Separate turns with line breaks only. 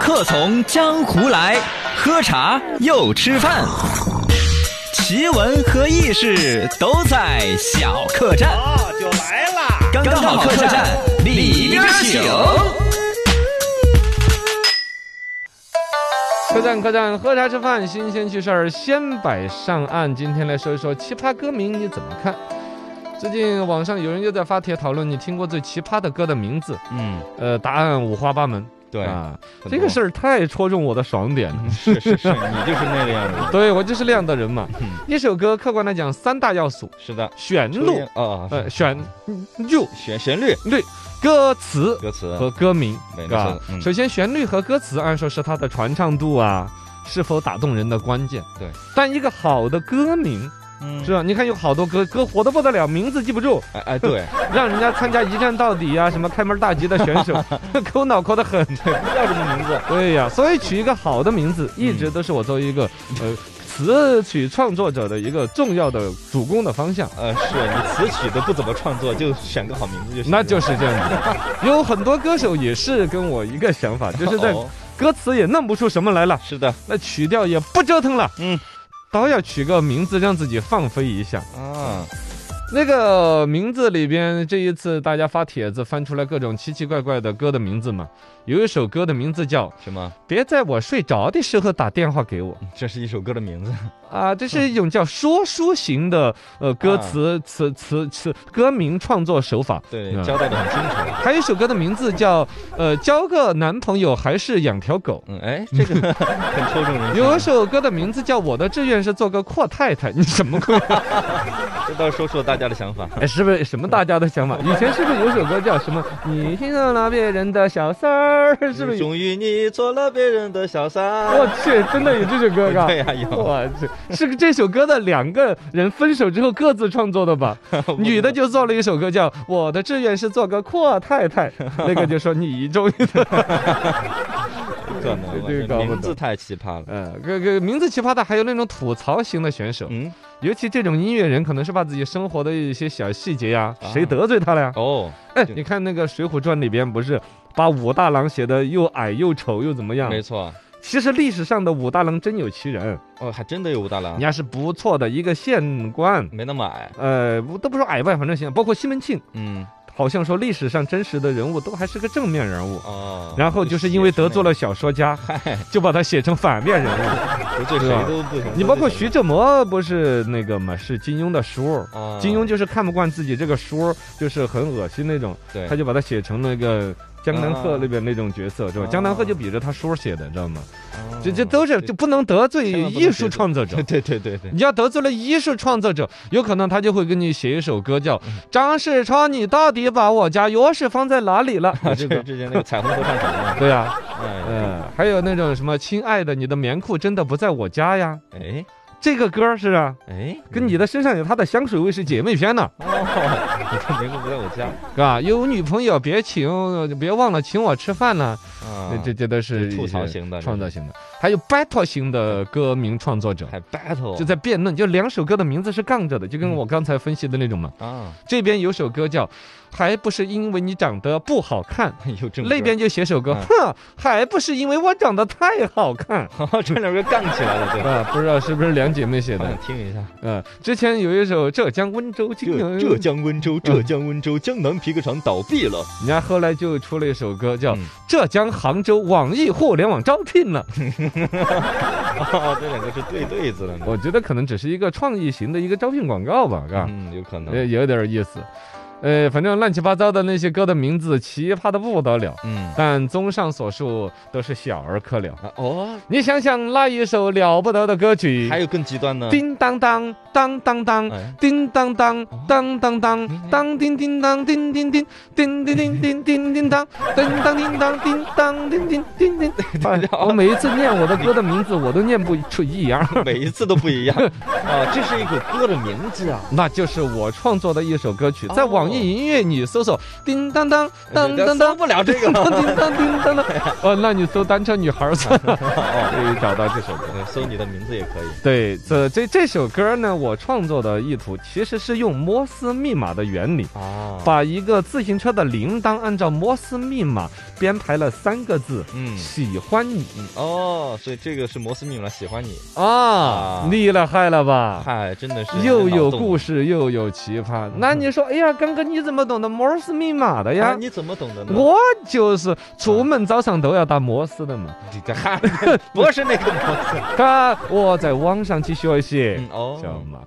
客从江湖来，喝茶又吃饭，奇闻和异事都在小客栈。
啊，就来啦！
刚刚好客栈，里边请。
客栈，客栈，喝茶吃饭，新鲜趣事儿先摆上岸。今天来说一说奇葩歌名，你怎么看？最近网上有人又在发帖讨论你听过最奇葩的歌的名字，
嗯，
呃，答案五花八门。
对，
啊，
很
这个
多
事儿太戳中我的 爽点了。
是是是，你就是那个样子。
对我就是那样的人嘛
嗯。
一首歌客观来讲三大要素：
是的，
旋
初
律
音、啊，
呃旋 律、
旋旋律、
律、歌词
歌词
和歌名。
嗯没没
啊
错，嗯
首先旋律和歌词，按说是它的传唱度啊，是否打动人的关键。
对，
但一个好的歌名
嗯
是吧？你看有好多歌歌火的不得了，名字记不 住，
哎哎，对，
让人家参加一战到底呀、什么开门大吉的选 手，抠脑抠得很。
叫什么名字？嗯
对呀、所以取一个好的名字，一直都是我作为一个呃词曲创作者的一个重要的主攻的方向。
呃，是你词曲都不怎么创作，就选个好名字就行了。
那就是这样子，有很多歌手也是跟我一个想法，就是在
哦
歌词也弄不出什么来了。
是的，
那曲调也不折腾了，
嗯，
倒要取个名字让自己放飞一下。
啊，
那个名字里边，这一次大家发帖子翻出来各种奇奇怪怪的歌的名字嘛，有一首歌的名字叫《
什么？
别在我睡着的时候打电话给我》
这是一首歌的名字。
啊，这是一种叫说书型的呃歌
啊
词词词词歌名创作手法。
对
嗯，
交代的很清楚。
还有一首歌的名字叫呃交个男朋友还是养条狗。
嗯，哎，这个 很戳中人心。
有一首歌的名字叫《我的志愿是做个阔太太》，你什么鬼？
这倒说说大家的想法。
哎，是不是什么大家的想法？以前是不是有首歌叫什么？你听到了别人的小三儿， 是不是有？
终于你做了别人的小
我
三。
去，真的有这首 歌
对
噶？
呀，有。
我去，是这首歌的两个人分手之后各自创作的 吧？女的就做了一首歌叫《我的志愿是做个阔太太》，那个就说你 终于，
可能吧
这个
这
搞不
名字
懂
太奇葩了。
呃，个个名字奇葩的，还有那种吐槽型的选手，
嗯，
尤其这种音乐人，可能是把自己生活的一些小细节呀，
啊
谁得罪他了呀？
哦，
哎，
对
你看那个《水浒传》里边不是把武大郎写的又矮又丑又怎么样？
没错。
其实历史上的武大郎真有其人，
哦，还真的有武大郎
人，家是不错的一个县官，
没那么矮。
呃，不都不说矮吧，反正行。包括西门庆，
嗯，
好像说历史上真实的人物都还是个正面人物，
哦。
然后就是因为得罪了小说家，就把他写成反面人物。
得罪谁都不行。
你包括徐志摩不是那个嘛，是金庸的叔。
啊，
金庸就是看不惯自己这个叔，就是很恶心那种，
对
他就把它写成那个江南鹤
啊
那边那种角色，是吧？
啊
江南鹤就比着他叔写的，知道吗？
哦
这这都是就不能得罪
千万不能
艺术创作者
对。对对对对，
你要得罪了艺术创作者，有可能他就会给你写一首歌叫《
嗯
张世超，你到底把我家钥匙放在 哪里了》
啊，
这
这
个
个。之前那个彩虹合唱团 嘛，
对呀、
哎
嗯、还有那种什么“亲爱的，你的棉裤真的不在我家呀
哎”，
这个歌是啊，
哎，
跟你的身上有他的香水味是姐妹篇呢，
哦，你这名字不在我家
是吧？有女朋友别请，别忘了请我吃饭呢、
啊
那，这这都是
这吐槽
一些
型的
创造型的，还有 battle 型的歌名创作者，
还 battle
就在辩论，就两首歌的名字是杠着的，就跟我刚才分析的那种嘛。
啊，
这边有首歌叫《还不是因为你长得不好看》，
有这么
那边就写首歌，
嗯
哼，还不是因为我长得太 好看。
这两个杠起来了，对，
啊，不知道是不是两姐妹写
我想
的？
听一下。
嗯，之前有一首浙江温州金
浙
陵，
浙江温州，浙江温州江南皮革厂倒闭了，
人家后来就出了一首歌叫《
嗯
浙江杭州网易互联网招聘了》，
哦，这两个是对对子了呢。
我觉得可能只是一个创意型的一个招聘广告吧，啊，
嗯，有可能。
也有点意思。呃，反正乱七八糟的那些歌的名字奇葩的不得了，
嗯
但综上所述都是小儿科了。
啊哦，
你想想那一首了不得的歌曲
还，有更极端呢。
叮当当当当当。
哎
叮当当
哦
当当当
明白
当叮叮当叮叮叮叮叮叮叮叮叮当叮当叮当叮当叮叮叮叮。哎我每一次念我的歌的名字，我都念不出一样，
每一次都不一 样啊！这是一个歌的名字啊，
那就是我创作的一首歌曲，在网易音乐你搜索“叮当当当当当”，
不了这个。
叮当叮当当，哦，那你搜单车女孩儿算了，可以找到这首歌。
嗯搜你的名字也可以。
对，这这这首歌呢，我创作的意图其实是用摩斯密码的原理，
哦，
把一个自行车的铃铛按照摩斯密码编排了三个字。
嗯
喜欢你
哦，所以这个是摩斯密码，喜欢你。
啊，厉了害了吧？
嗨，嗯真的是
又有故
事
事又有奇葩。那你说，哎呀，刚哥你怎么懂得摩斯密码的呀？
啊你怎么懂的呢？
我就是出门早上都要打摩斯的嘛。
你这 嗨，不是那个摩斯。
他我在网上去学习
嗯，哦
知道吗？